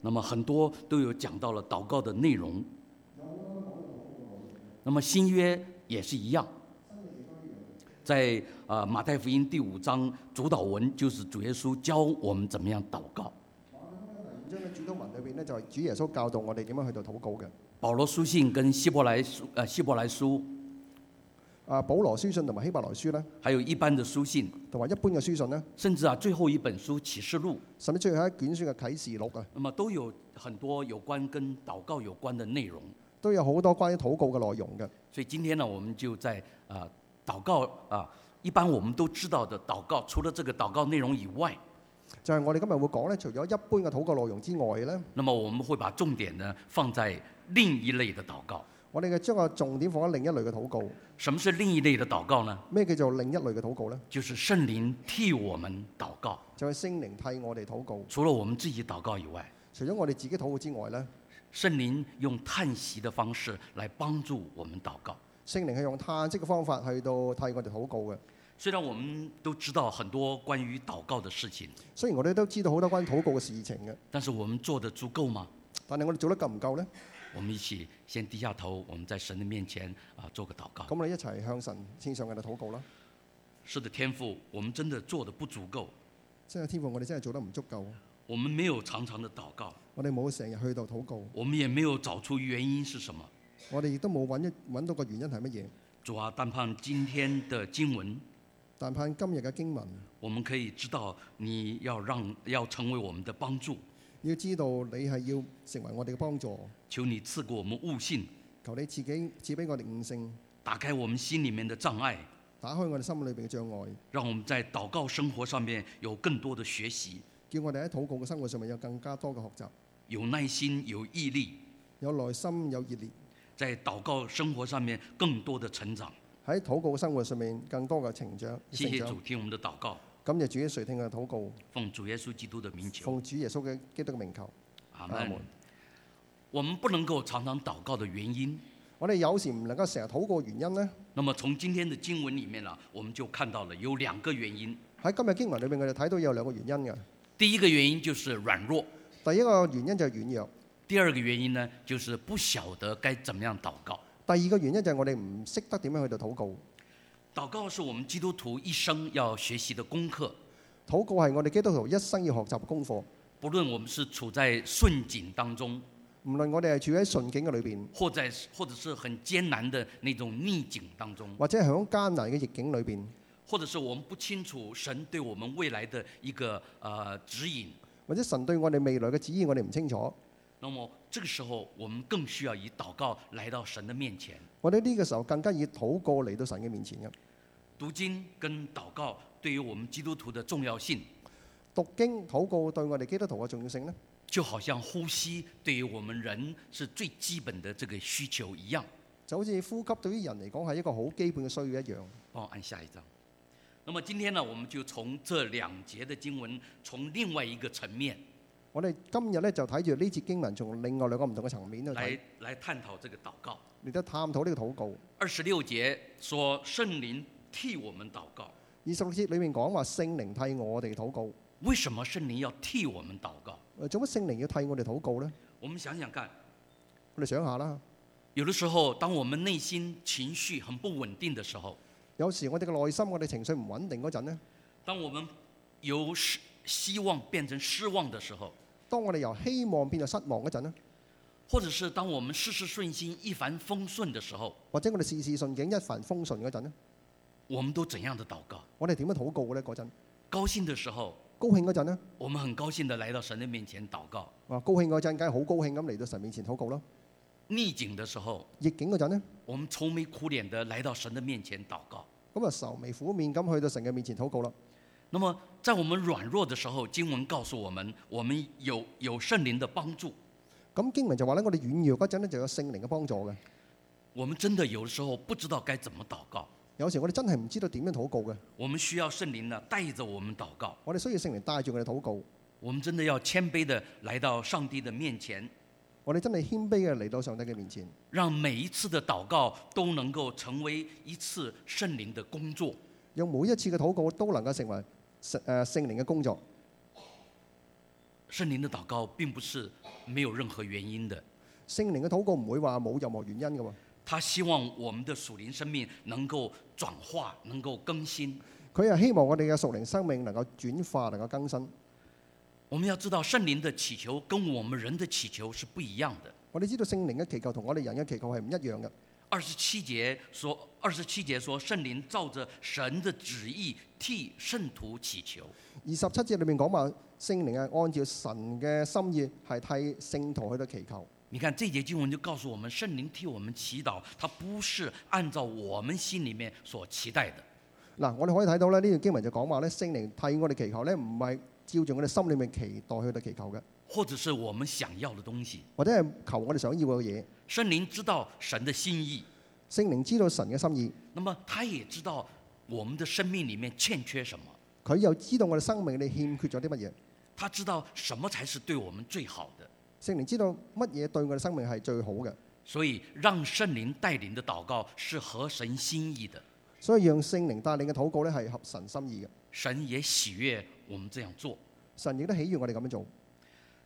那么很多都有讲到了祷告的内容。那么新约也是一样，在呃马太福音第五章主導文就是主耶穌教我們怎麼樣禱告。五章嘅主禱文裏邊咧，就係主耶穌教導我哋點樣去到禱告嘅。保羅書信跟希伯來書呃希伯來書，啊，保羅書信同埋希伯來書咧，還有一般的書信，同埋一般嘅書信咧，甚至啊最後一本書啟示錄，甚至最後一卷書嘅啟示錄啊，那麼都有很多有關跟禱告有關的內容。都有好多關於禱告嘅內容嘅。所以今天呢，我們就在啊、呃禱告啊、一般我們都知道的禱告，除了這個禱告內容以外，就係我哋今日會講咧，除咗一般嘅禱告內容之外咧，那麼我們會把重點呢放在另一類的禱告。我哋嘅將個重點放喺另一類嘅禱告。什麼是另一類的禱告呢？咩叫做另一類嘅禱告咧？就是聖靈替我們禱告，就係聖靈替我哋禱告。除了我們自己禱告以外，除咗我哋自己禱告之外咧，聖靈用叹息的方式來幫助我們禱告。聖靈係用嘆息嘅方法去到替我哋禱告嘅。雖然我們都知道很多關於禱告的事情，雖然我哋都知道好多關於禱告嘅事情嘅，但是我們做得足夠嗎？但係我哋做得夠唔夠咧？我們一起先低下頭，我們在神的面前啊做個禱告。咁我哋一齊向神獻上我哋禱告啦。是的，天父，我們真的做得不足夠，真係天父，我哋真係做得唔足夠，我們沒有常常的禱告，我哋冇成日去到禱告，我們也沒有找出原因是什麼。我哋亦都冇揾一揾到個原因係乜嘢。主啊，但盼今天的經文，但盼今日嘅經文，我們可以知道你要让要成為我們的幫助，要知道你係要成為我哋嘅幫助。求你赐给我们悟性，求你自己賜俾我哋悟性，打開我們心里面的障礙，打開我哋心裏邊嘅障礙，让我们在禱告生活上面有更多的學習，叫我哋喺禱告嘅生活上面有更加多嘅學習，有耐心，有毅力，有耐心，有熱烈，在禱告生活上面更多的成長。喺禱告嘅生活上面更多嘅成長。谢成谢長主聽我們的禱告，感謝主耶穌聽我哋禱告，奉主耶穌基督的名求，奉主耶穌嘅基督嘅名求。阿阿門門。我們不能夠常常禱告的原因，我哋有時唔能夠成日禱告嘅原因呢，那麼從今天的經文裡面呢、我們就看到了有兩個原因。喺今日經文裏面我哋睇到有兩個原因嘅。第一個原因就是軟弱，第一個原因就係軟弱，第二個原因呢就是不曉得該怎麼樣禱告。第二個原因就係我哋唔識得點樣去到禱告。禱告是我們基督徒一生要學習的功課，禱告係我哋基督徒一生要學習嘅功課，不論我們是處在順境當中，唔論我哋係處喺順境嘅裏邊，或在或者是很艱難的那種逆境當中，或者係喺艱難嘅逆境裏邊，或者是我們不清楚神對我們未來的一個呃指引，或者神對我哋未來嘅旨意我哋唔清楚，那麼這個時候我們更需要以禱告來到神的面前。我哋呢個時候更加以禱告嚟到神嘅面前嘅。讀經跟禱告對於我們基督徒的重要性，讀經禱告對我哋基督徒嘅重要性呢，就好像呼吸對於我們人是最基本的這個需求一樣。就好似呼吸對於人嚟講係一個好基本嘅需要一樣。帮我按下一张。那么今天呢，我们就从这兩節的經文，從另外一個層面我哋今日咧就睇住呢節經文，從另外兩個唔同嘅層面去來睇，來探討這個禱告。嚟到探討呢個禱告。二十六節說聖靈替我們禱告，二十六節裏面講話聖靈替我哋禱告，為什麼聖靈要替我們禱告？誒做乜聖靈要替我哋禱告呢？我們想想看，我哋想下啦，有的時候當我們內心情緒很不穩定的時候，有時我哋嘅內心，我哋情緒唔穩定嗰陣呢，當我們由失希望變成失望的時候，當我哋由希望變做失望嗰陣呢，或者是當我們事事順心、一帆風順的時候，或者我哋事事順境、一帆風順嗰陣呢，我們都怎樣的禱告？我哋點樣禱告嘅咧？嗰陣高興的時候，高興嗰陣呢，我們很高興地來到神的面前禱告。啊高興嗰陣梗係好高興咁嚟到神面前禱告咯。逆境的時候，逆境嗰陣呢，我們愁眉苦臉地來到神的面前禱告。咁啊愁眉苦面咁去到神嘅面前禱告啦。那麼，在我們軟弱的時候，經文告訴我們，我們有有聖靈的幫助。咁經文就話咧，我哋軟弱嗰陣咧就有聖靈嘅幫助嘅。我們真的有的時候不知道該怎麼禱告，有時我哋真係唔知道點樣禱告嘅，我們需要聖靈呢帶着我們禱告。我哋需要聖靈帶住我哋禱告，我們真的要謙卑地來到上帝的面前，我哋真係謙卑嘅嚟到上帝嘅面前，讓每一次的禱告都能夠成為一次聖靈的工作。讓每一次嘅禱告都能夠成為誒聖靈嘅工作。圣灵的祷告并不是没有任何原因的，聖靈嘅禱告唔會話冇任何原因嘅喎。他希望我们的属灵生命能够转化，能够更新。佢係希望我哋嘅屬靈生命能夠轉化，能夠更新。我们要知道，圣灵的祈求跟我们人的祈求是不一样的。我哋知道聖靈嘅祈求同我哋人嘅祈求係唔一樣嘅。二十七节说，二十七节说，圣灵照着神的旨意替圣徒祈求。二十七節裏面講話，聖靈係按照神嘅心意係替聖徒去到祈求。你看这节经文就告诉我们，圣灵替我们祈祷，他不是按照我们心里面所期待的。嗱，我哋可以睇到咧，呢段經文就講話咧，聖靈替我哋祈求咧，唔係照住我哋心裏面期待去到祈求嘅，或者是我们想要的东西，或者係求我哋想要嘅嘢。圣灵知道神的心意，聖靈知道神嘅心意，那么他也知道我们的生命里面欠缺什么，佢又知道我哋生命裏欠缺咗啲乜嘢。他知道什么才是对我们最好的。聖靈知道乜嘢對我哋生命係最好嘅，所以，让圣灵带领的祷告是合神心意的，所以讓聖靈帶領嘅禱告咧係合神心意嘅。神也喜悦我们这样做。神亦都喜悅我哋咁樣做。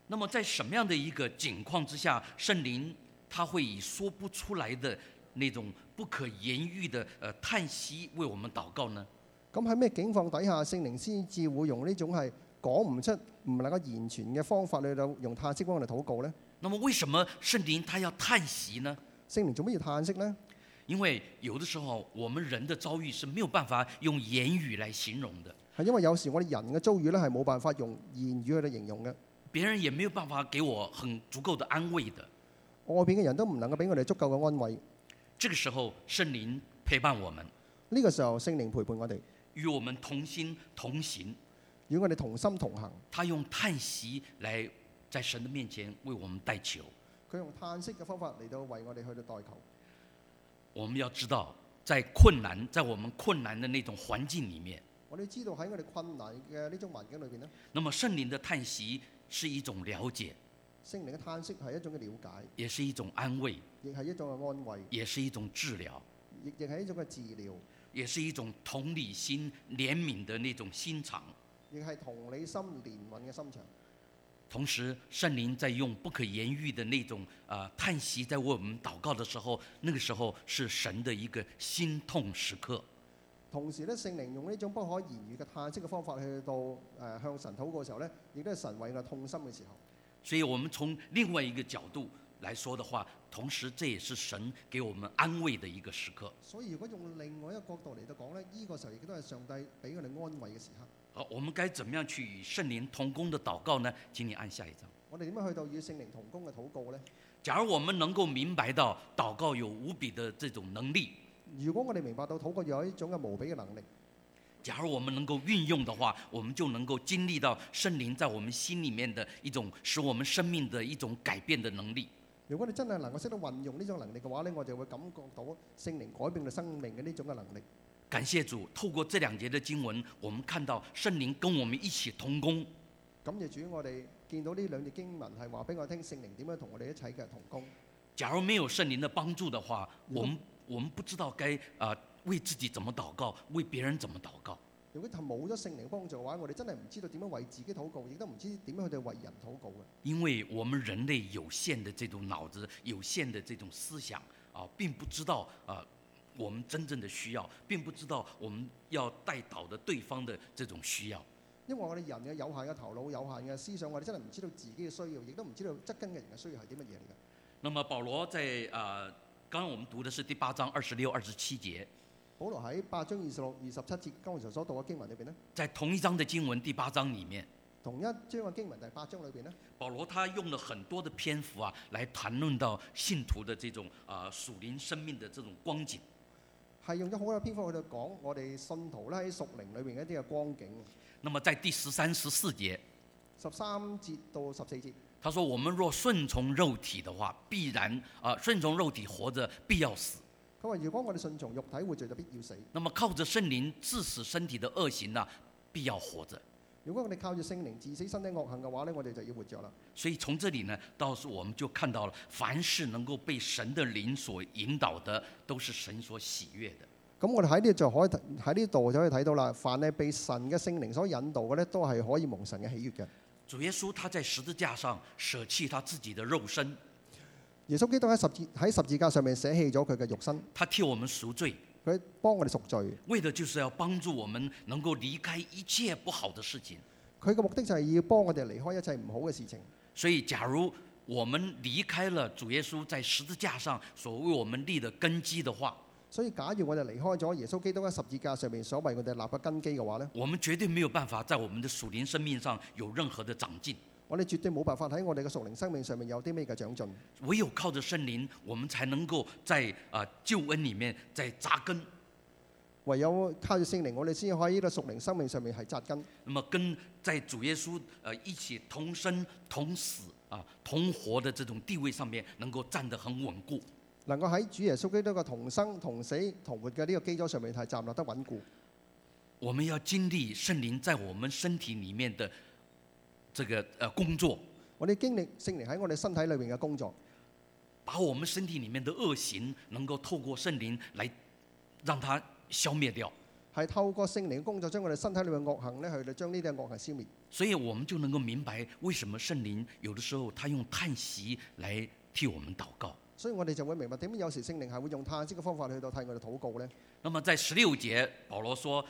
那么，在什么样的一个境况之下，圣灵他会以说不出来的那种不可言喻的呃叹息为我们祷告呢？咁喺咩境況底下，聖靈先至會用呢種係講唔出、唔能夠言傳嘅方法嚟到用嘆息幫我哋禱告呢？那么，为什么圣灵他要叹息呢？聖靈做乜要嘆息呢？因为有的时候我们人的遭遇是没有办法用言语来形容的，係因為有時我哋人嘅遭遇咧係冇辦法用言語去到形容嘅，别人也没有办法给我很足够的安慰的。外邊嘅人都唔能夠俾我哋足夠嘅安慰。这个时候，圣灵陪伴我们，呢、個時候，聖靈陪伴我哋，与我们同心同行，與我哋同心同行。他用叹息来在神的面前为我们代求。佢用嘆息嘅方法嚟到為我哋去到代求。我们要知道，在困难，在我们困难的那种环境里面，我哋知道喺我哋困難嘅呢種環境裏邊呢，那么圣灵的叹息是一种了解，聖靈嘅嘆息係一種嘅了解，也是一种安慰，亦係一種嘅安慰，也是一種治療，亦亦係一種嘅治療，也是一种同理心、怜悯的那种心肠。亦係同理心、憐憫嘅心腸。同时，圣灵在用不可言喻的那种啊、呃叹息，在为我们祷告的时候，那个时候是神的一个心痛时刻。同時咧，聖靈用呢種不可言語嘅嘆息嘅方法去到誒、呃向神禱告嘅時候咧，亦都係神為我痛心嘅時候。所以，我们从另外一个角度来说的话，同时这也是神给我们安慰的一个时刻。所以如果用另外一個角度嚟到講咧，呢、個時候亦都係上帝俾我哋安慰嘅時刻。好，呃我们该怎么样去与圣灵同工的祷告呢？请你按下一张。我哋點樣去到與聖靈同工嘅禱告咧？假如我们能够明白到祷告有无比的这种能力，如果我哋明白到禱告有一種嘅無比嘅能力，假如我们能够运用的话，我们就能够经历到圣灵在我们心里面的一种使我们生命的一种改变的能力。如果你真係能夠識得運用呢種能力嘅話咧，我就會感覺到聖靈改變你生命嘅呢種嘅能力。感谢主，透过这两节的经文，我们看到圣灵跟我们一起同工。感謝主，我哋見到呢兩節經文係話俾我聽，聖靈點樣同我哋一齊嘅同工。假如没有圣灵的帮助的话，有我们我们不知道该啊、呃为自己怎么祷告，为别人怎么祷告。如果係冇咗聖靈幫助嘅話，我哋真係唔知道點樣為自己禱告，亦都唔知點樣去到為人禱告嘅。因为我们人类有限的这种脑子、有限的这种思想啊，并不知道啊我们真正的需要，并不知道我们要带导的对方的这种需要。因為我哋人嘅有限嘅頭腦、有限嘅思想，我哋真係唔知道自己嘅需要，亦都唔知道側跟嘅人嘅需要係啲乜嘢嚟嘅。那么保罗在啊、刚刚我们读的是第八章二十六、二十七节，保羅喺八章二十六、二十七節剛才所讀嘅經文裏邊呢，在同一章的经文第八章里面，同一章嘅經文第八章裏邊呢，保罗他用了很多的篇幅啊，来谈论到信徒的这种啊、属灵生命的这种光景。係用咗好多篇幅去到講我哋信徒咧喺屬靈裏邊嘅一啲嘅光景。那么在第十三、十四节，十三節到十四節，他说：“我们若顺从肉体的话，必然啊、顺从肉体活着必要死。佢話：如果我哋順從肉體活著，就必要死；那么靠着圣灵致死身体的恶行呢、必要活着。如果我哋靠住聖靈致死身體惡行嘅話咧，我哋就要活著啦。所以从这里呢，到时我们就看到了，凡是能够被神的灵所引导的，都是神所喜悦的。咁我哋喺呢度就可以睇喺呢度就可以睇到啦。凡係被神嘅聖靈所引導嘅咧，都係可以蒙神嘅喜悅嘅。主耶稣他在十字架上舍弃他自己的肉身，耶穌基督喺十字喺十字架上面捨棄咗佢嘅肉身，他替我们赎罪，佢幫我哋贖罪。为的就是要帮助我们能够离开一切不好的事情。佢嘅目的就係要幫我哋離開一切唔好嘅事情。所以，假如我们离开了主耶稣在十字架上所为我们立的根基的话，所以假如我哋離開咗耶穌基督喺十字架上面所為我哋立嘅根基嘅話呢，我们绝对没有办法在我们的属灵生命上有任何的长进。我哋絕對冇辦法喺我哋嘅屬靈生命上面有啲咩嘅長進。唯有靠着圣灵，我们才能够在啊、呃救恩里面再扎根。唯有靠住聖靈，我哋先可以喺呢個屬靈生命上面係扎根。那么跟在主耶稣呃一起同生同死啊同活的这种地位上面，能够站得很稳固。能夠喺主耶穌基督嘅同生同死同活嘅呢個基礎上面係站立得穩固。我们要经历圣灵在我们身体里面的这个呃工作，我哋經歷聖靈喺我哋身體裏面嘅工作，把我们身体里面的恶行能够透过圣灵来让它消灭掉，係透過聖靈嘅工作將我哋身體裏面嘅惡行呢，去將呢啲嘅惡行消滅。所以我们就能够明白为什么圣灵有的时候他用叹息来替我们祷告。所以我哋就會明白點解有時聖靈係會用嘆息嘅方法去到替我哋禱告呢。那么在十六节，保罗说，呃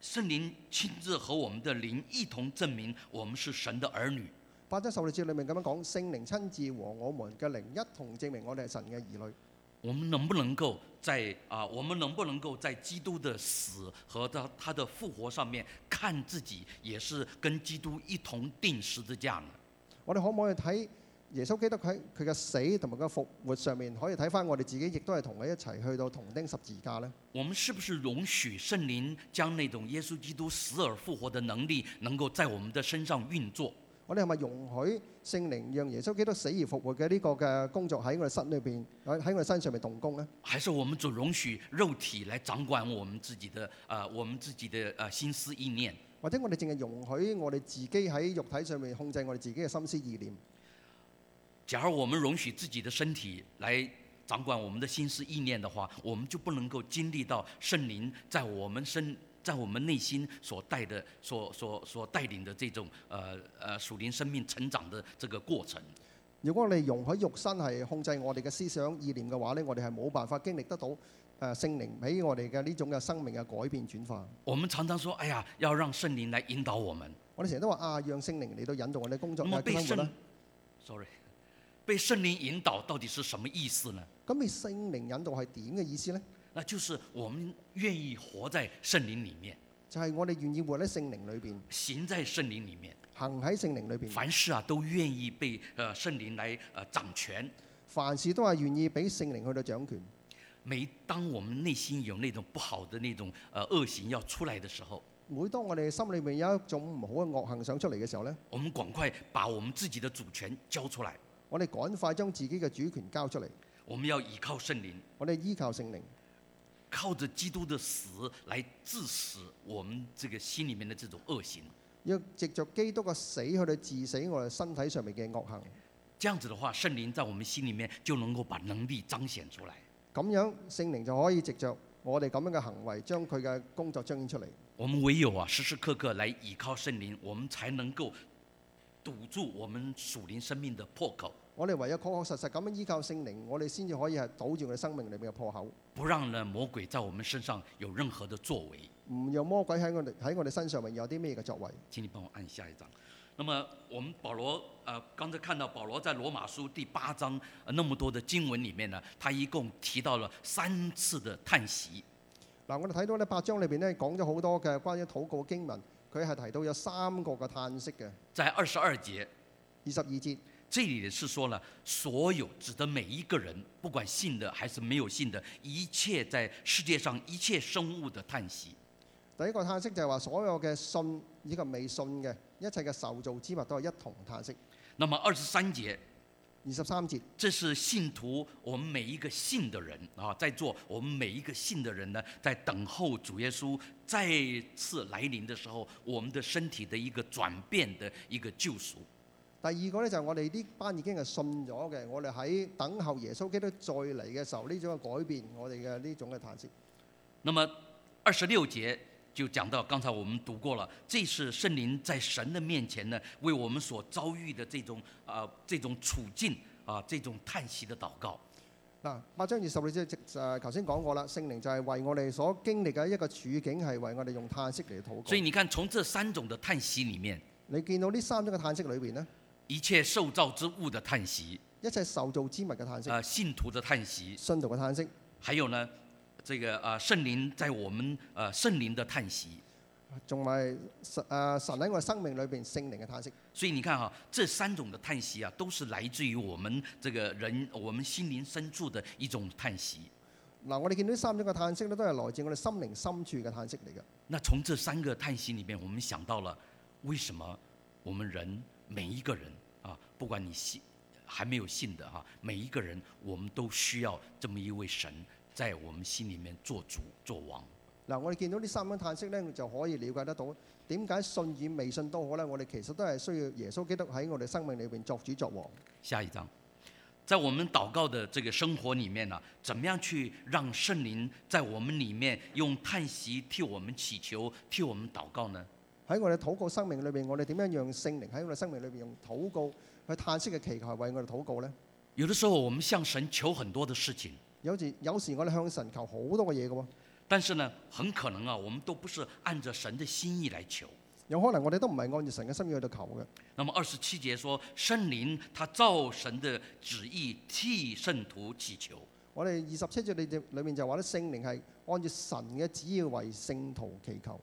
圣灵亲自和我们的灵一同证明我們是神的儿女。八章十六節裏面咁樣講，聖靈親自和我們嘅靈一同證明我哋係神嘅兒女。我们能不能够在啊、我们能不能够在基督的死和他他的复活上面看自己也是跟基督一同定十字架呢？我哋可唔可以睇耶穌基督喺佢嘅死同埋佢嘅復活上面，可以睇翻我哋自己亦都係同佢一齊去到同釘十字架呢？我们是不是容许圣灵将那种耶稣基督死而复活的能力，能够在我们的身上运作？我哋係咪容許聖靈讓耶穌基督死而復活嘅呢個嘅工作喺我哋身裏邊，喺喺我哋身上面動工呢？还是我们只容许肉体来掌管我们自己的呃我们自己的呃心思意念？或者我哋淨係容許我哋自己喺肉體上面控制我哋自己嘅心思意念？假如我们容许自己的身体来掌管我们的心思意念的话，我们就不能够经历到圣灵在我们身在我们内心所带的所所所带领的这种呃呃属灵生命成长的这个过程。如果我哋容許肉身係控制我哋嘅思想意念嘅話呢我哋係冇辦法經歷得到誒、呃、聖靈俾我哋嘅呢種嘅生命嘅改變轉化。我们常常说，哎呀，要让圣灵来引导我们。我哋成日都話啊，讓聖靈嚟到引導我哋工那作么嘅被生活啦圣。，sorry，被圣灵引导到底是什么意思呢？咁你聖靈引導係點嘅意思呢？那就是我们愿意活在圣灵里面，就係、我哋願意活喺聖靈裏邊，行在圣灵里面，行喺聖靈裏邊，凡事啊都愿意被呃圣灵来呃掌权。凡事都係願意俾聖靈去到掌權。每当我们内心有那种不好的那种呃恶行要出来的时候，每當我哋心裏面有一種唔好嘅惡行想出嚟嘅時候呢，我们赶快把我们自己的主权交出来，我哋趕快將自己嘅主權交出嚟，我们要依靠圣灵，我哋依靠聖靈，靠着基督的死来致死我们这个心里面的这种恶行。要藉着基督嘅死去到治死我哋身體上面嘅惡行。这样子的话，圣灵在我们心里面就能够把能力彰显出来。咁樣聖靈就可以藉着我哋咁樣嘅行為，將佢嘅工作彰顯出嚟。我们唯有啊，时时刻刻来倚靠圣灵，我们才能够堵住我们属灵生命的破口，我哋唯有確確實實咁樣依靠聖靈，我哋先至可以係堵住我哋生命裏面嘅破口，不让呢魔鬼在我们身上有任何的作为。唔讓魔鬼喺我哋喺我哋身上面有啲咩嘅作為。请你帮我按下一张。那么我们保罗呃，刚才看到保罗在罗马书第八章、呃、那么多的经文里面呢，他一共提到了三次的叹息。嗱，我哋睇到呢八章裏邊咧講咗好多嘅關於禱告嘅經文，佢係提到有三個嘅嘆息嘅。在二十二节二十二節，这里是说了，所有指的每一个人，不管信的还是没有信的，一切在世界上一切生物的叹息。第一個嘆息就係話所有嘅信以及未信嘅一切嘅受造之物都係一同嘆息。那么二十三节，二十三節，这是信徒我们每一个信的人啊，在座我们每一个信的人呢，在等候主耶稣再次来临的时候，我们的身体的一个转变的一个救赎。第二個呢，就係我哋呢班已經係信咗嘅，我哋喺等候耶穌基督再嚟嘅時候，呢種嘅改變，我哋嘅呢種嘅嘆息。那么二十六节，就讲到刚才我们读过了，这是圣灵在神的面前呢，为我们所遭遇的这种啊、这种处境啊、这种叹息的祷告。嗱，八章二十六節誒頭先講過啦，聖靈就係為我哋所經歷嘅一個處境，係為我哋用嘆息嚟禱所以告。你看，从这三種的叹息里面，你見到呢三種嘅嘆息裏邊呢，一切受造之物的叹息，一切受造之物嘅嘆息、啊，信徒的叹息，信徒嘅嘆息，还有呢，这个啊、圣灵在我们呃圣灵的叹息。仲埋神誒神喺我哋生命裏邊聖靈嘅嘆息。所以你看哈、这三种的叹息啊，都是来自于我们这个人，我们心灵深处的一种叹息。嗱，我哋見到呢三種嘅嘆息咧，都係來自我哋心靈深處嘅嘆息嚟嘅。那从这三个叹息里面，我们想到了为什么我们人每一个人啊，不管你信还没有信的哈、啊每一个人我们都需要这么一位神在我们心里面做主做王。嗱，我哋見到呢三種嘆息咧，就可以了解得到點解信與未信都好咧，我哋其實都係需要耶穌基督喺我哋生命裏邊作主作王。下一章，在我们祷告的这个生活里面呢、啊怎么样去让圣灵在我们里面用叹息替我们祈求、替我们祷告呢？喺我哋禱告生命裏邊，我哋點樣讓聖靈喺我哋生命裏邊用禱告去嘆息嘅祈求係為我哋禱告呢？有的时候我们向神求很多的事情，有時有時我哋向神求好多嘅嘢嘅喎，但是呢，很可能啊，我们都不是按着神的心意来求。有可能我哋都唔係按住神嘅心意去到求嘅。那么二十七节说，圣灵他照神的旨意替圣徒祈求。我哋二十七節裏裏面就話咧，聖靈係按住神嘅旨意為聖徒祈求，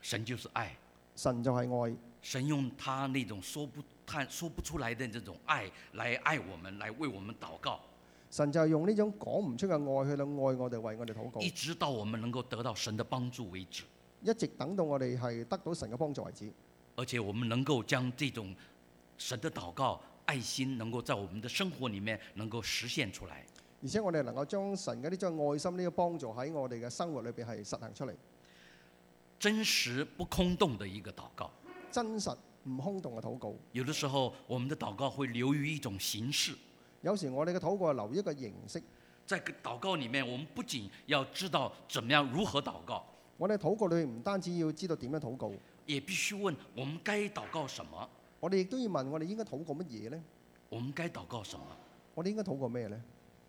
神就是爱，神就係愛，神用他那种说不看、说不出来的这种爱来爱我们，来为我们祷告，神就係用呢種講唔出嘅愛去到愛我哋，為我哋禱告，一直到我们能够得到神的帮助为止，一直等到我哋係得到神嘅幫助為止，而且我们能够将这种神的祷告、爱心，能够在我们的生活里面能够实现出来。而且我哋能夠將神嘅呢種愛心呢個幫助喺我哋嘅生活裏邊係實行出嚟，真实不空洞的一个祷告。真實唔空洞嘅禱告。有的时候，我们的祷告会流于一種形式，有時我哋嘅禱告係留一個形式，在祷告里面，我们不仅要知道怎么样如何祷告，我哋禱告裏面唔單止要知道點樣禱告，也必须问我們該禱告什麼，我哋亦都要問我哋應該禱告乜嘢呢？我們該禱告什麼。我哋應該禱告咩呢？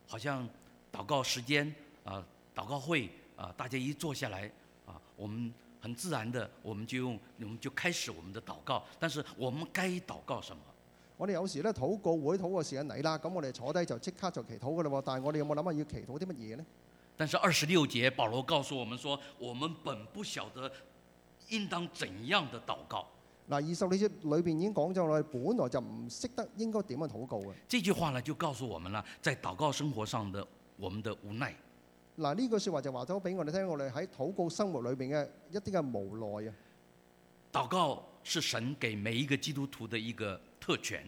好像祷告时间啊、祷告会啊、大家一坐下来啊、我们很自然的，我们就用我们就开始我们的祷告。但是我們該禱告什麼？我哋有時咧禱告會禱告時間嚟啦，咁我哋坐低就即刻就祈禱噶啦喎。但係我哋有冇諗下要祈禱啲乜嘢呢？但是二十六节，保罗告诉我们说，我们本不晓得应当怎样的祷告。嗱，二十四節裏邊已經講咗啦，我哋本來就唔識得應該點樣禱告嘅。这句话呢，就告诉我们了，在祷告生活上的我們的無奈。嗱，呢句説話就話咗俾我哋聽，我哋喺禱告生活裏邊嘅一啲嘅無奈啊。祷告是神給每一個基督徒的一個特權。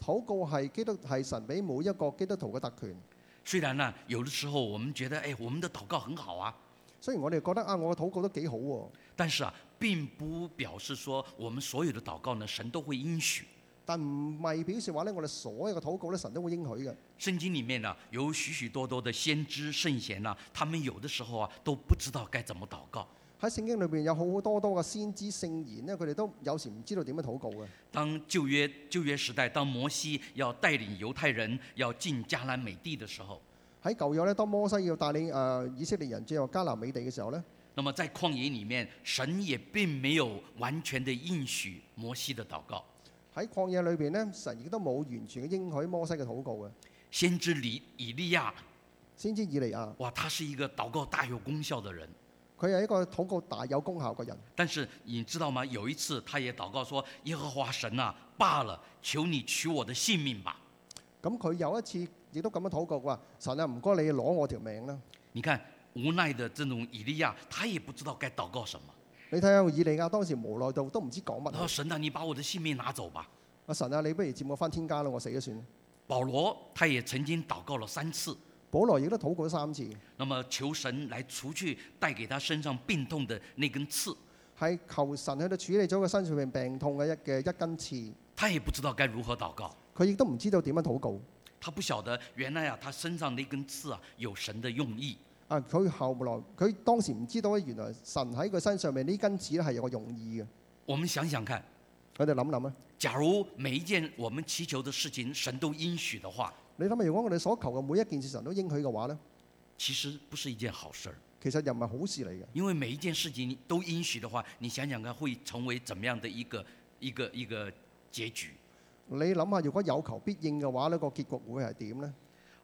禱告係基督係神俾每一個基督徒嘅特權。雖然呢，有的時候我們覺得，哎，我們的禱告很好啊，雖然我哋覺得啊，我嘅禱告都幾好喎、但是啊，並不表示說我們所有的禱告呢，神都會應許。但唔係表示話咧，我哋所有嘅禱告咧，神都會應許嘅。聖經裡面呢，有許許多多的先知聖賢呢，他們有的時候啊，都不知道該怎麼禱告。喺聖經裏邊有好好多多嘅先知聖言咧，佢哋都有時唔知道點樣禱告嘅。當舊約舊約時代，當摩西要帶領猶太人要進迦南美地的時候，喺舊約咧，當摩西要帶領誒、呃以色列人進入迦南美地嘅時候咧，那麼在曠野裡面，神也並沒有完全的應許摩西的禱告。喺曠野裏邊咧，神亦都冇完全嘅應許摩西嘅禱告嘅。先知以以利亞，先知以利亞，哇，他是一個禱告大有功效的人。佢係一個禱告大有功效嘅人。但是你知道嗎？有一次他也禱告說：“耶和華神啊，罷了，求你取我的性命吧。咁佢有一次亦都咁樣禱告話：神啊，唔該你攞我條命啦！”你看無奈的這種以利亞，他也不知道該禱告什麼。你睇下以利亞當時無奈到都唔知講他說：“乜。神啊，你把我的性命拿走吧。阿神啊，你不如佔我翻天家啦，我死咗算啦。”保羅他也曾經禱告了三次，保羅亦都禱告咗三次。那麼求神來除去帶給他身上病痛的那根刺，係求神去到處理咗佢身上面病痛嘅一嘅一根刺，他也不知道該如何禱告。佢亦都唔知道點樣禱告，他不曉得原來啊，他身上那根刺啊有神的用意。啊，佢後來佢當時唔知道咧，原來神喺佢身上面呢根子咧係有個用意嘅。我们想想看，佢哋諗諗啊，假如每一件我们祈求的事情神都应许的话，你諗下，如果我哋所求嘅每一件事神都應許嘅話咧，其实不是一件好事儿。其實又唔係好事嚟嘅。因为每一件事情都应许的话，你想想看会成为怎么样的一个一个一个结局？你諗下，如果有求必應嘅話呢、個結局會係點呢？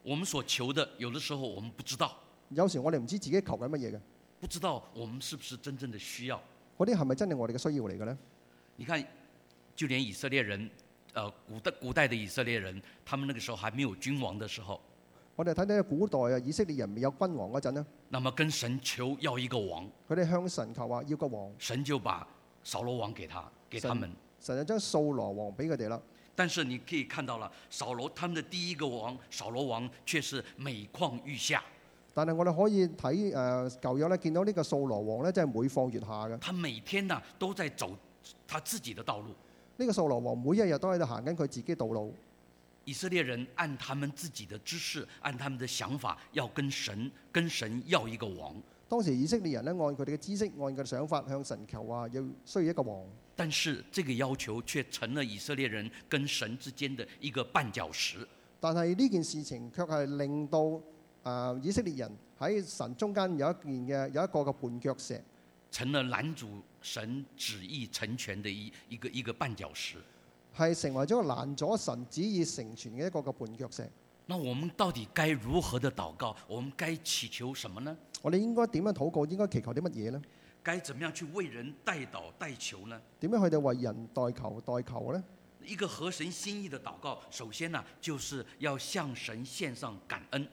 我们所求的，有的时候我们不知道，有時我哋唔知自己求緊乜嘢嘅，不知道我们是不是真正的需要。嗰啲係咪真係我哋嘅需要嚟嘅呢？你看，就连以色列人，呃，古代古代的以色列人，他们那个时候还没有君王的时候，我哋睇睇古代啊，以色列人未有君王嗰陣咧，那么跟神求要一个王，佢哋向神求話要個王，神就把扫罗王给他给他们。神就將掃羅王俾佢哋啦。但是你可以看到了，扫罗他们的第一个王扫罗王却是每况愈下，但係我哋可以睇誒、呃、舊約咧，見到呢個掃羅王咧，真係每況愈下嘅。呢、他每天呢都在走他自己的道路。個掃羅王每一日都喺度行緊佢自己道路。以色列人按他们自己的知识，按他们的想法，要跟神跟神要一个王。當時以色列人咧，按佢哋嘅知識，按佢哋想法向神求話，要需要一個王。但是这个要求却成了以色列人跟神之间的一个绊脚石。但係呢件事情卻係令到啊、以色列人喺神中間有一件嘅有一個嘅絆腳石，成了男主神旨意成全的一一个一个绊脚石。係成為咗個攔阻神旨意成全嘅一個嘅絆腳石。那我们到底该如何的祷告？我们该祈求什么呢？我哋應該點樣禱告？應該祈求啲乜嘢呢？该怎么样去为人代祷代求呢？點樣去哋為人代求代求呢？一个合神心意的祷告，首先呢，就是要向神献上感恩，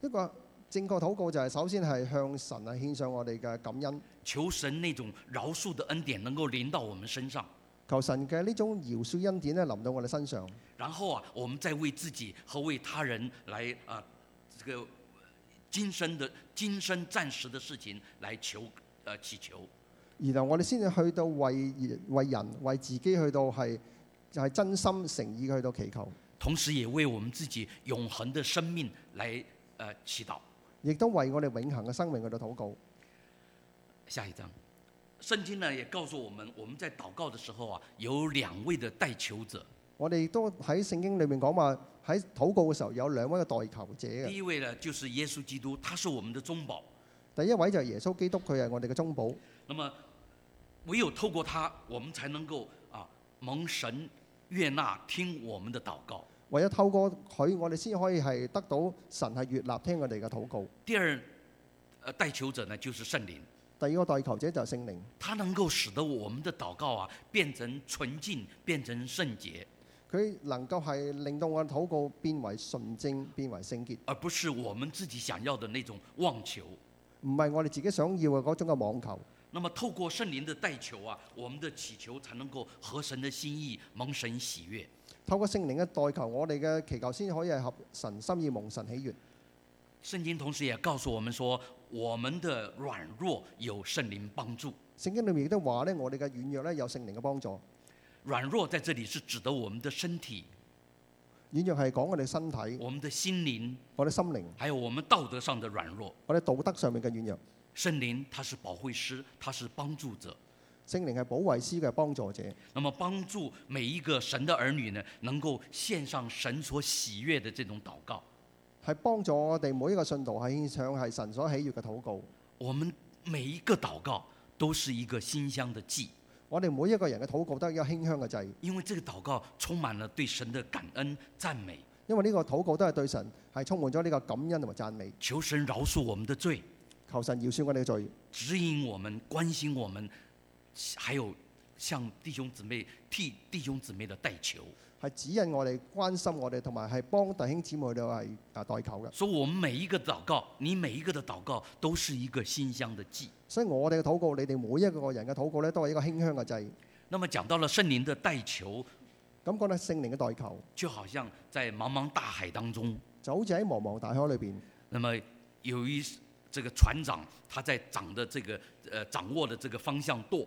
一個正確禱告就係首先係向神係獻上我哋嘅感恩，求神那种饶恕的恩典能够临到我们身上，求神嘅呢種饒恕恩典咧臨到我哋身上。然后啊，我们再为自己和为他人来啊、这个今生的今生暂时的事情来求呃祈求。然後我哋先至去到為為人為自己去到係就係真心誠意去到祈求，同时也为我们自己永恒的生命来呃祈祷。亦都為我哋永恆嘅生命去到禱告。下一章，圣经呢也告诉我们，我们在祷告的时候啊，有两位的代求者，我哋亦都喺聖經裏面講話喺禱告嘅時候有兩位嘅代求者嘅第，一位呢就是耶稣基督，他是我们的中保。第一位就係耶穌基督，佢係我哋嘅中保。那么唯有透过他，我们才能够啊蒙神悦纳，听我们的祷告。唯有透過佢，我哋先可以係得到神係悦納聽我哋嘅禱告。第二，呃，代求者呢就是圣灵，第二個代求者就係聖靈，他能够使得我们的祷告啊变成纯净，变成圣洁，佢能夠係令到我嘅禱告變為純正，變為聖潔，而不是我们自己想要的那种妄求。唔係我哋自己想要嘅嗰種嘅妄求。那么透过圣灵的代求啊，我们的祈求才能够合神的心意，蒙神喜悦。透過聖靈嘅代求，我哋嘅祈求先可以係合神心意，蒙神喜悦。圣经同时也告诉我们说，我们的软弱有圣灵帮助。聖經裏面亦都話咧，我哋嘅軟弱咧有聖靈嘅幫助。软弱在这里是指的我们的身体、軟弱係講我哋身體、我们的心灵，我哋心靈、还有我们道德上的软弱。我哋道德上面嘅軟弱。圣灵他是保惠师，他是帮助者。聖靈係保惠師嘅幫助者，那么帮助每一个神的儿女呢，能够献上神所喜悦的这种祷告。係幫助我哋每一個信徒係獻上係神所喜悦嘅禱告。我们每一个祷告都是一个馨香的祭，我哋每一個人嘅禱告都係一個馨香嘅祭，因为这个祷告充满了对神的感恩赞美，因為呢個禱告都係對神係充滿咗呢個感恩同埋讚美，求神饶恕我们的罪，求神饒恕我哋嘅罪，指引我们，关心我们，还有向弟兄姊妹替弟兄姊妹的代求。係指引我哋、關心我哋，同埋係幫弟兄姊妹去到係啊代求嘅。所以，我们每一个祷告，你每一个的祷告都是一个馨香的祭。所以我哋嘅禱告，你哋每一個人嘅禱告咧，都係一個馨香嘅祭。那么講到了聖靈的代求，咁講到聖靈嘅代求，就好像在茫茫大海当中，就好似喺茫茫大海裏邊，那么有一这个船长他在掌的这个呃掌握的这个方向舵，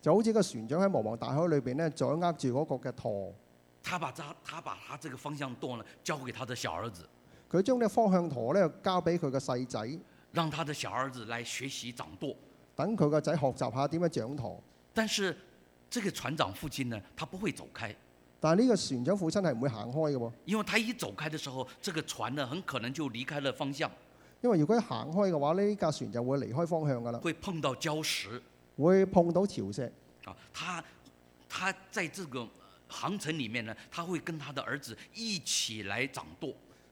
就好似個船長喺茫茫大海裏邊咧，掌握住嗰個嘅舵，他把他他把他这个方向舵呢交给他的小儿子，佢將呢個方向舵咧交俾佢嘅細仔，让他的小儿子来学习掌舵。等佢個仔學習下點樣掌舵。但是这个船长父亲呢，他不会走开，但係呢個船長父親係唔會行開嘅喎，因为他一走开的时候，这个船呢很可能就离开了方向，因為如果一行開嘅話，呢架船就會離開方向㗎啦，会碰到礁石會碰到潮石。啊。他他在这个航程里面呢，他会跟他的儿子一起来掌舵，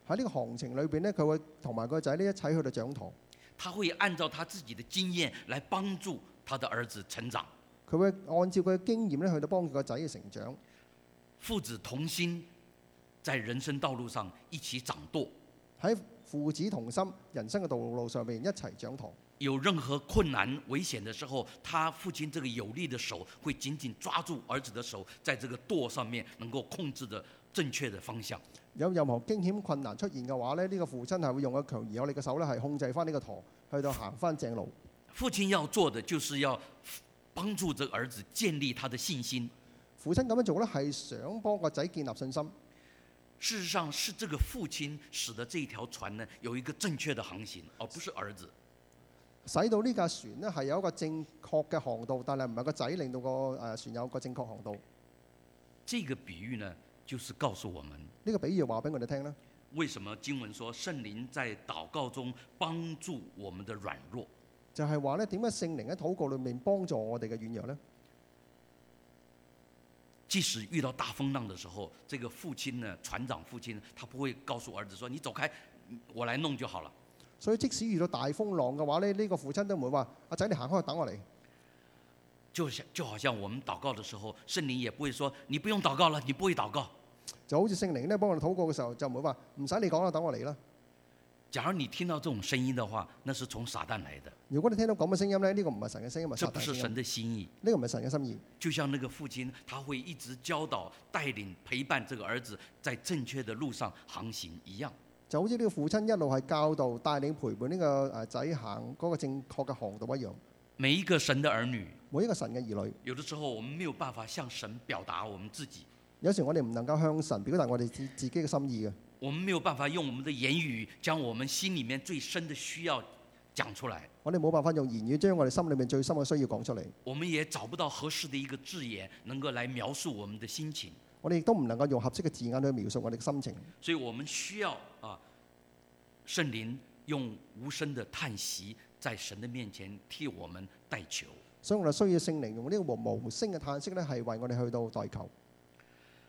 喺呢個行程裏邊呢，佢會同埋個仔呢一齊去到掌舵，他会按照他自己的经验来幫助他的儿子成长。佢會按照佢嘅經驗呢去到幫佢個仔嘅成長。父子同心，在人生道路上一起掌舵。喺父子同心人生嘅道路上面一齊掌舵。有任何困难、危险的时候，他父亲这个有力的手会紧紧抓住儿子的手，在这个舵上面能够控制的正确的方向。有任何驚險困難出現嘅話咧，呢、呢個父親係會用個強而有力嘅手咧，係控制翻呢個舵，去到行翻正路。父亲要做的就是要帮助这个儿子建立他的信心。父親咁樣做咧，係想幫個仔建立信心。事实上，是这个父亲使得这一条船呢有一个正确的航行，而不是儿子。使到呢架船呢係有一個正確嘅航道，但係唔係個仔令到個誒船有個正確航道。呢、这个比喻呢，就是告诉我们個比喻話俾我哋聽啦。为什么经文说圣灵在祷告中帮助我们的软弱。就係話呢點解聖靈喺禱告裏面幫助我哋嘅軟弱呢？即使遇到大风浪的时候，这个父亲呢，船长父亲，他不会告诉儿子说：“你走开，我来弄就好了。所以即使遇到大風浪嘅話呢，呢、個父親都唔會話：阿仔你行開，等我嚟。就像就好像我们祷告的时候，圣灵也不会说：“你不用祷告了，你不会祷告。就好似聖靈呢幫我哋禱告嘅時候，就唔會話唔使你講啦，等我嚟啦。”假如你听到这种声音的话，那是从撒旦来的，如果你聽到咁嘅聲音呢，呢、個唔係神嘅聲音，係这撒旦不嘅是聲音神。的心意。呢個唔係神嘅心意。就像那个父亲，他会一直教导、带领、陪伴这个儿子在正确的路上航行一样。就好似呢個父親一路係教導、帶領、陪伴呢個誒仔行嗰個正確嘅航道一樣。每一个神的儿女，每一個神嘅兒女，有的时候我们没有办法向神表达我们自己，有時我哋唔能夠向神表達我哋自自己嘅心意嘅。我们没有办法用我们的言语将我们心里面最深的需要讲出来，我哋冇辦法用言語將我哋心裏面最深嘅需要講出嚟，我们也找不到合适的一个字眼能够来描述我们的心情，我哋亦都唔能夠用合適嘅字眼去描述我哋嘅心情，所以我们需要啊，圣灵用无声的叹息在神的面前替我们代求。所以我哋需要聖靈用呢個無無聲嘅嘆息咧，係為我哋去到代求。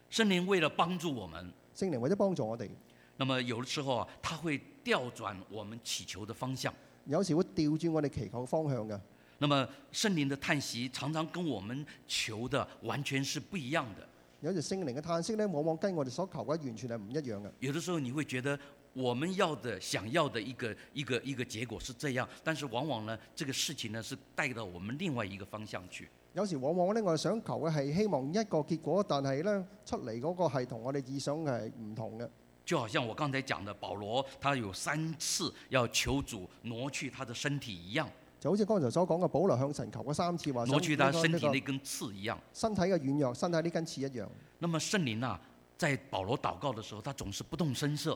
圣灵为了帮助我们，聖靈為咗幫助我哋，那么有的时候啊，他会调转我们祈求的方向。有時會調轉我哋祈求嘅方向嘅。那么圣灵的叹息常常跟我们求的完全是不一样的。有時聖靈嘅嘆息咧，往往跟我哋所求嘅完全係唔一樣嘅。有的时候你会觉得我们要的、想要的一个一个一个结果是这样，但是往往呢，这个事情呢是带到我们另外一个方向去。有時往往咧，我哋想求嘅係希望一個結果，但係咧出嚟嗰個係同我哋意想嘅係唔同嘅。就好像我刚才讲的，保罗他有三次要求主挪去他的身体一样，就好似剛才所講嘅，保羅向神求嗰三次話想挪去他呢個身呢体個那根刺一样。身體嘅軟弱，身體呢根刺一樣。那么圣灵啊，在保罗祷告的时候，他总是不动声色，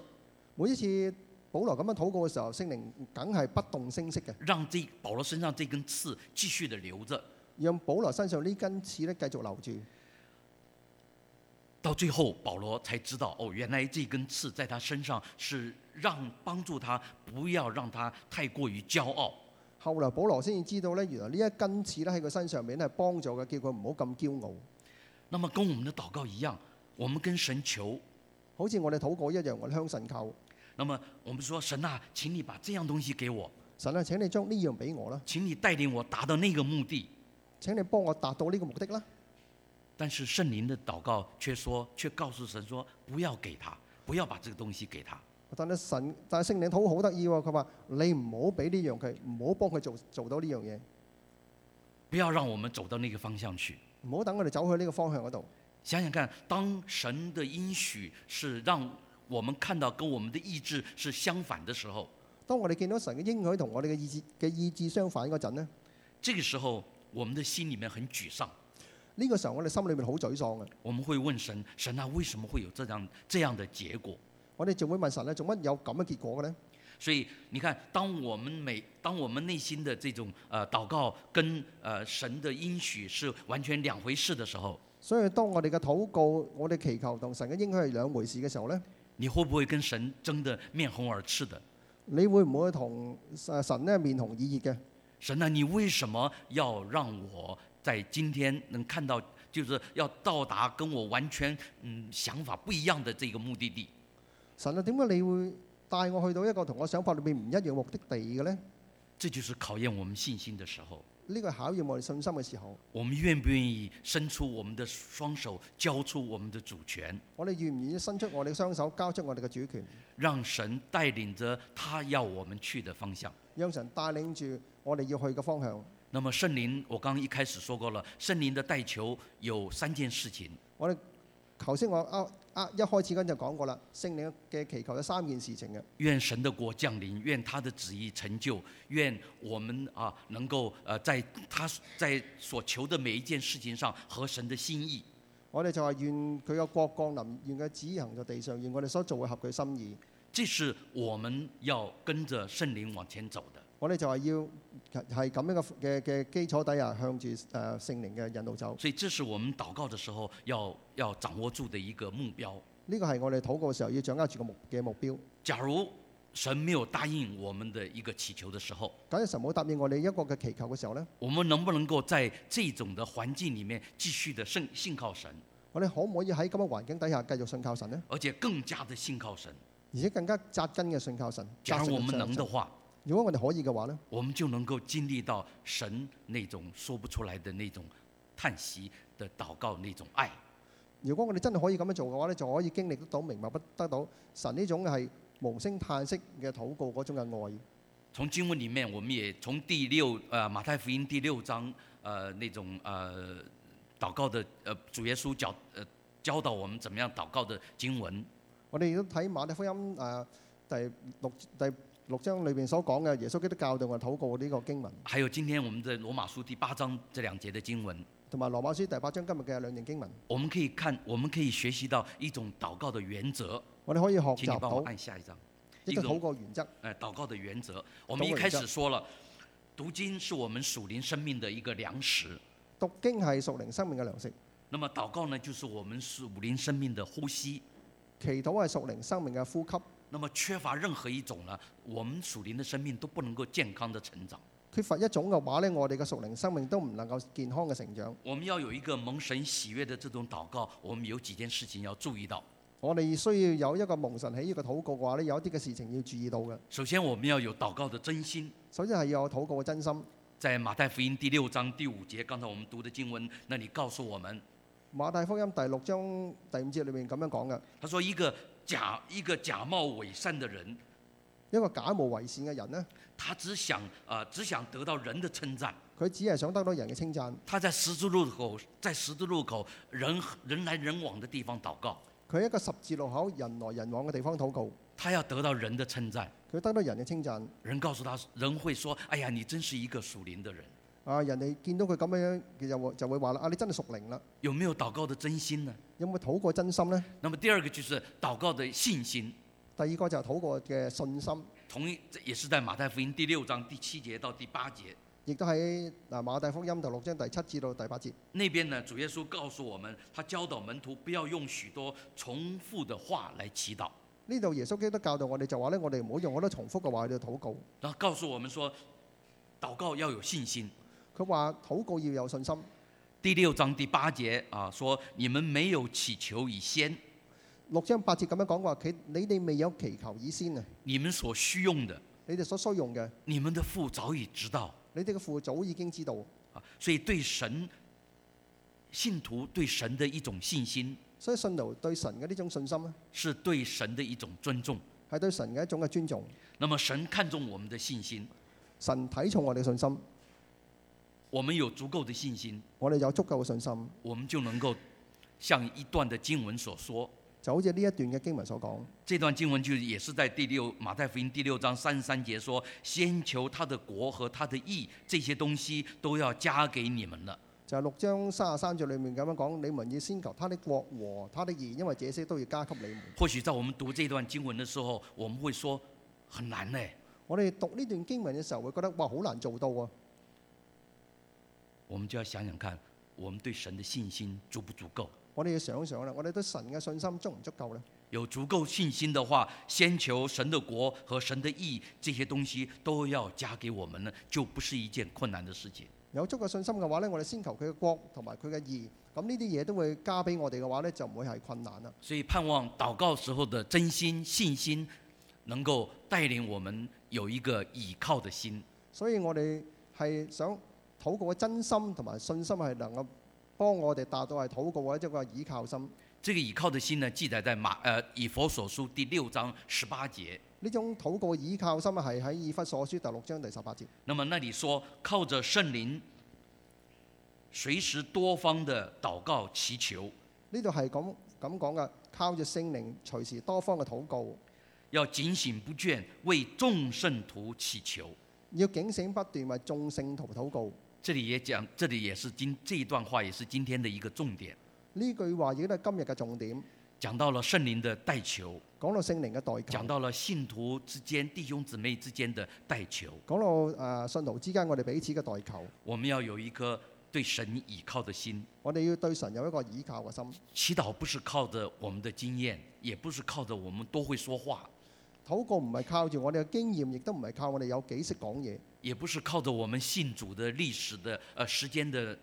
每一次保羅咁樣禱告嘅時候，聖靈梗係不動聲色嘅，让这保罗身上这根刺继续的留着。讓保羅身上呢根刺咧繼續留住。到最后，保罗才知道，哦，原来这根刺在他身上是让帮助他，不要让他太过于骄傲。後來保羅先至知道咧，原來呢一根刺咧喺佢身上面咧係幫助嘅，叫佢唔好咁驕傲。那么跟我们的祷告一样，我们跟神求，好似我哋禱告一樣，我哋向神求那么我们说，神啊，請你把这样東西給我，神啊，請你將呢樣俾我啦，請你帶領我达到那个目的。請你幫我達到呢個目的啦。但是圣灵的祷告却说，却告訴神说，不要给他，不要把这个東西给他。但係神，但係聖靈禱好得意喎，佢話你唔好俾呢樣佢，唔好幫佢做做到呢樣嘢，不要让我们走到那个方向去。唔好等我哋走去呢個方向嗰度。想想看，当神的应许是让我们看到跟我们的意志是相反的时候，當我哋見到神嘅應許同我哋嘅意志嘅意志相反嗰陣咧，这个时候，我们的心里面很沮丧，呢、個時候我哋心裏面好沮喪嘅。我们会问神：神啊，为什么会有这样这样的结果？我哋就會問神咧，做乜有咁嘅結果嘅咧？所以你看，当我们每当我们内心的这种呃祷告跟呃神的应许是完全两回事的时候，所以當我哋嘅禱告、我哋祈求同神嘅應許係兩回事嘅時候呢，你会不会跟神争得面红耳赤的？你會唔會同誒神咧面紅耳熱嘅？神啊，你为什么要让我在今天能看到，就是要到达跟我完全嗯想法不一樣的这个目的地？神啊，點解你會帶我去到一個同我想法裏面唔一樣嘅目的地嘅呢？这就是考驗我们信心的时候。呢個係考驗我哋信心嘅時候，我们愿不愿意伸出我们的双手，交出我们的主权，我哋願唔願意伸出我哋嘅雙手，交出我哋嘅主權，让神带领着他要我们去的方向？讓神帶領住我哋要去嘅方向？那么圣灵，我刚刚一开始说过了，圣灵的带球有三件事情。我哋頭先我呃呃一開始嗰陣就講過啦，聖靈嘅祈求有三件事情嘅，愿神的国降临，愿他的旨意成就，愿我们啊能够呃在他在所求的每一件事情上合神的心意。我哋就係願佢嘅國降臨，願佢旨意行在地上，願我哋所做嘅合佢心意。这是我们要跟着圣灵往前走的。我哋就係要係咁樣嘅嘅嘅基礎底下，向住誒聖靈嘅引導走。所以这是我们祷告的时候要要掌握住的一个目标。呢個係我哋禱告嘅時候要掌握住個目嘅目標。假如神没有答应我们的一个祈求的时候，假如神冇答應我哋一個嘅祈求嘅時候呢，我们能不能够在这种的环境里面继续的信信靠神，我哋可唔可以喺咁嘅環境底下繼續信靠神呢？而且更加的信靠神？而且更加扎根嘅信靠神。假扎實如嘅我们信靠能神的话，如果我哋可以嘅話呢，我们就能够经历到神那种说不出来的那种叹息的祷告那种爱。如果我哋真係可以咁樣做嘅話呢，就可以經歷得到、明白不得到神呢種係無聲嘆息嘅禱告嗰種嘅愛。从经文里面，我们也从第六呃马太福音第六章呃那种呃祷告的呃主耶稣教呃教导我们怎么样祷告的经文，我哋都睇馬太福音誒、呃第六第六章裏邊所講嘅耶穌基督教導我哋禱告呢個經文，还有今天我们的罗马书第八章这两节的經文，同埋羅馬書第八章今日嘅兩段經文，我们可以看，我们可以學習到一種禱告的原則。我哋可以學请你習幫我到按下一張，一一個種禱告原則。呃，禱告的原則。我们一祷告開原则始說了，讀經是我們屬靈生命的一個糧食。讀經係屬靈生命嘅糧食，那麼禱告呢，就是我們屬靈生命的呼吸。祈禱係屬靈生命嘅呼吸。那麼缺乏任何一種呢，我們屬靈的生命都不能夠健康的成長。缺乏一種嘅話呢，我哋嘅屬靈生命都唔能夠健康嘅成長。我們要有一個蒙神喜悅的這種禱告，我們有幾件事情要注意到。我哋需要有一個蒙神喜悅嘅禱告嘅話呢，有一啲嘅事情要注意到嘅。首先，我們要有禱告的真心。首先係要有禱告嘅真心。在马太福音第六章第五节，刚才我们读的经文，那里告诉我们，馬太福音第六章第五節裏面咁樣講嘅，他说一个假一个假冒伪善的人，一個假冒為善嘅人呢，他只想啊、呃只想得到人的称赞。佢只係想得到人嘅稱讚。他在十字路口，在十字路口人人来人往的地方祷告，佢喺一個十字路口人來人往嘅地方禱告，他要得到人的称赞。佢得到人嘅稱讚。人告诉他，人会说：“哎呀，你真是一个属灵的人。啊，人哋見到佢咁樣，佢就會就會話啦：啊，你真係熟靈啦！”有沒有祷告的真心呢？有冇禱過真心呢？那么第二个就是祷告的信心，第二個就係禱過嘅信心，同一这也是在马太福音第六章第七节到第八节。亦都喺嗱馬太福音第六章第七至到第八節。那边呢，主耶稣告诉我们，他教导门徒不要用许多重复的话来祈祷，呢度耶穌基督教導我哋就話咧，我哋唔好用好多重複嘅話去到禱告。然后告诉我们说，祷告要有信心。佢話禱告要有信心。第六章第八节啊，说你们没有祈求以先，六章八節咁樣講話，佢你哋未有祈求以先啊，你们所需用的，你哋所需用嘅，你们的父早已知道你哋嘅父早已經知道。啊。所以对神信徒对神的一种信心，所以信徒對神嘅呢種信心咧，是对神的一种尊重。係對神嘅一種嘅尊重。那么神看重我们的信心，神睇重我哋嘅信心，我们有足够的信心，我哋有足夠嘅信心。我们就能够像一段的经文所说。就好似呢一段嘅經文所講，这段经文就也是在第六马太福音第六章三十三节说：“先求他的国和他的义，这些东西都要加给你们了。就係、六章三十三節裏面咁樣講：你們要先求他的國和他的義，因為這些都要加給你們。或许在我们读这段经文的时候，我们会说：很难呢。我哋讀呢段經文嘅時候，會覺得哇好難做到啊！我们就要想想看，我们对神的信心足不足够？我哋要想想啦，我哋對神嘅信心足唔足夠呢？有足够信心的话，先求神的国和神的义，这些东西都要加给我们呢，就不是一件困难的事情。有足夠信心嘅話呢，我哋先求佢嘅國同埋佢嘅義，咁呢啲嘢都會加俾我哋嘅話呢，就唔會係困難啦。所以盼望祷告时候的真心信心，能够带领我们有一个倚靠的心，所以我哋係想禱告嘅真心同埋信心係能夠幫我哋達到係禱告或者一個倚靠心。这个倚靠的心呢，记载在马呃以佛所书第六章十八节。呢種禱告倚靠心係喺以弗所書第六章第十八節。那么那里说，靠着圣灵，随时多方的祷告祈求，呢度係咁咁講嘅，靠住聖靈隨時多方嘅禱告，要警醒不倦，为众圣徒祈求。要警醒不斷為眾聖徒禱告。这里也讲，这里也是今这一段话也是今天的一个重点，呢句話已經係今日嘅重點，讲到了圣灵的代求，講到聖靈嘅代讲求，到了信徒之间、弟兄姊妹之間的代求，講到誒、呃信徒之間我哋彼此嘅代求，我們要有一顆對神倚靠的心。我哋要對神有一個倚靠嘅心。祈禱不是靠着我們的經驗，也不是靠着我們多會說話，禱告唔係靠住我哋嘅經驗，亦都唔係靠我哋有幾識講嘢，也不是靠着我們信主的歷史的呃時間的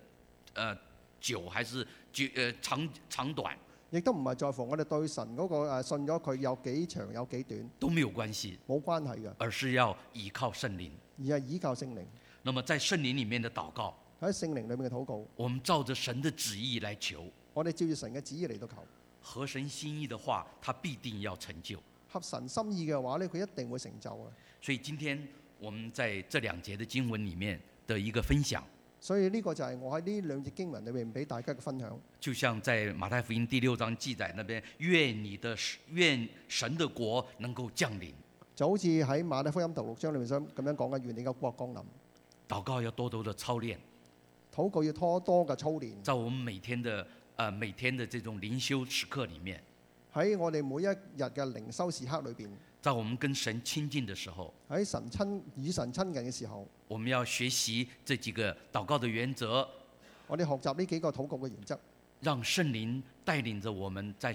呃久還是久呃長長短亦都唔係在乎我哋對神嗰、個、呃、信咗佢有幾長有幾短，都沒有關係，冇關係嘅，而是要倚靠聖靈。而係倚靠聖靈那麼在聖靈裡面的禱告，喺聖靈裏面嘅禱告，我們照着神的旨意來求，我哋照住神嘅旨意嚟到求，合神心意的話，他必定要成就。合神心意嘅話呢佢一定會成就嘅。所以今天我们在这两节的经文里面的一个分享，所以呢個就係我喺呢兩節經文裏面俾大家嘅分享。就像在马太福音第六章记载那边，愿你的愿神的国能够降临。就好似喺馬太福音第六章裏面想咁樣講嘅，願你嘅國降臨，祷告要多多的操练，禱告要多多嘅操練。在我们每天的呃每天的这种灵修时刻里面，喺我哋每一日嘅靈修時刻裏邊，在我们跟神亲近的时候，喺神親與神親近嘅時候，我们要学习这几个祷告的原则，我哋學習呢幾個禱告嘅原則，让圣灵带领着我们在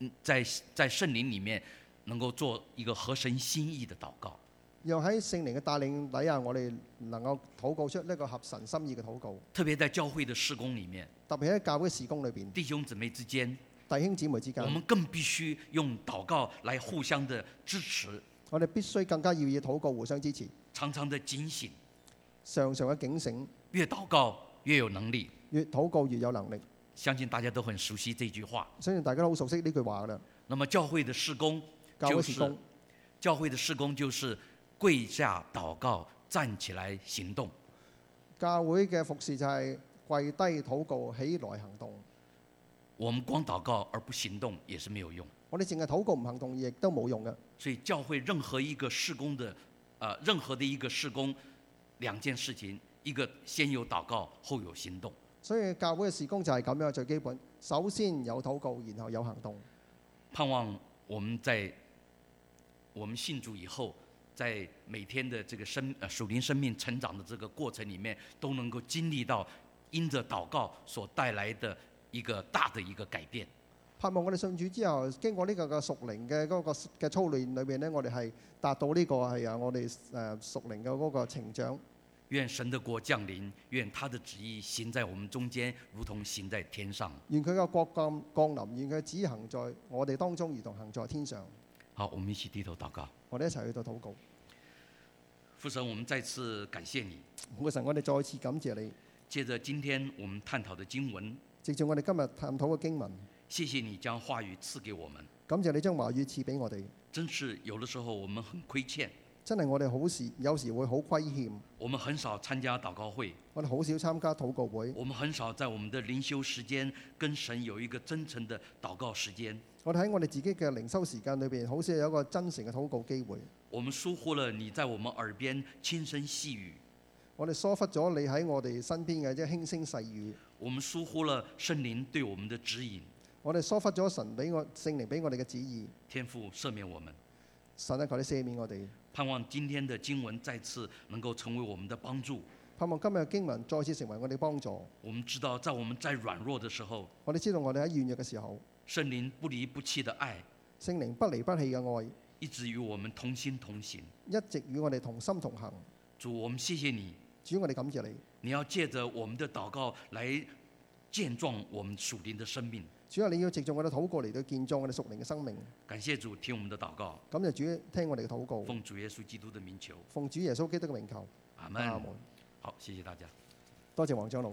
嗯在在圣灵里面能够做一个合神心意的祷告。讓喺聖靈嘅帶領底下，我哋能夠禱告出呢個合神心意嘅禱告。特别在教会的施工里面，特別喺教會事工裏邊，弟兄姊妹之间，弟兄姊妹之我们間，更必须用祷告来互相的支持，我哋必須更加要以禱告互相支持，常常的警醒，常常嘅警醒，越祷告越有能力。越禱告越有能力。相信大家都很熟悉这句话。相信大家都好熟悉呢句話㗎啦。那么教会的施工，教會事工，教会的施工就是跪下祷告，站起来行动。教會嘅服侍就係跪低禱告，起來行動。我们光祷告而不行动也是没有用。我哋淨係禱告唔行動，亦都冇用嘅。所以教会任何一个施工的，呃，任何的一个施工，两件事情，一个先有祷告，后有行动。所以教會嘅事工就係咁樣最基本。首先有禱告，然後有行動。盼望我们在我们信主以后，在每天的这个生呃属灵生命成长的这个过程里面，都能够经历到因着祷告所带来的一个大的一个改變。盼望我哋信主之後，經過呢個嘅屬靈嘅嗰個嘅操練裏面呢，我哋係達到呢個係啊，我哋誒屬靈嘅嗰個成長。願神的國降臨，願他的旨意行在我們中間，如同行在天上。願佢嘅國降降臨，願佢只行在我哋當中，如同行在天上。好，我們一起低頭禱告。我哋一齊去到禱告。父神，我們再次感謝你。父神，我哋再次感謝你。借着今天我們探討的經文，藉住我哋今日探討嘅經文，謝謝你將話語賜給我們。感謝你將華語賜俾我哋。真是有的時候我們很虧欠，真係我哋好時有時會好虧欠，我們很少參加禱告會，我哋好少參加禱告會，我們很少在我們的灵修时间跟神有一个真诚的祷告时间，我哋喺我哋自己嘅靈修時間裏邊，好少有一個真誠嘅禱告機會。我们疏忽了你在我们耳边轻声细语，我哋疏忽咗你喺我哋身邊嘅即係輕聲細語，我们疏忽了圣灵对我们的指引。我哋疏忽咗神俾我聖靈俾我哋嘅旨意。天父赦免我们，神啊，求你赦免我哋。盼望今天的经文再次能够成为我们的帮助。盼望今日嘅經文再次成為我哋幫助。我们知道，在我們在軟弱的时候，我哋知道我哋喺軟弱嘅時候，圣灵不离不弃的愛聖靈不離不棄嘅愛一直与我们同心同行。一直與我哋同心同行。主，我们谢谢你，主，我哋感謝你。你要借着我们的祷告来健壮我们属灵的生命。主啊，你要藉助我哋禱告嚟到建造我哋屬靈嘅生命。感謝主，听我們的祷告，感謝主聽我哋嘅禱告，奉主耶穌基督的名求，奉主耶穌基督嘅名求。阿阿門。門。好，谢谢大家。多謝黃長老。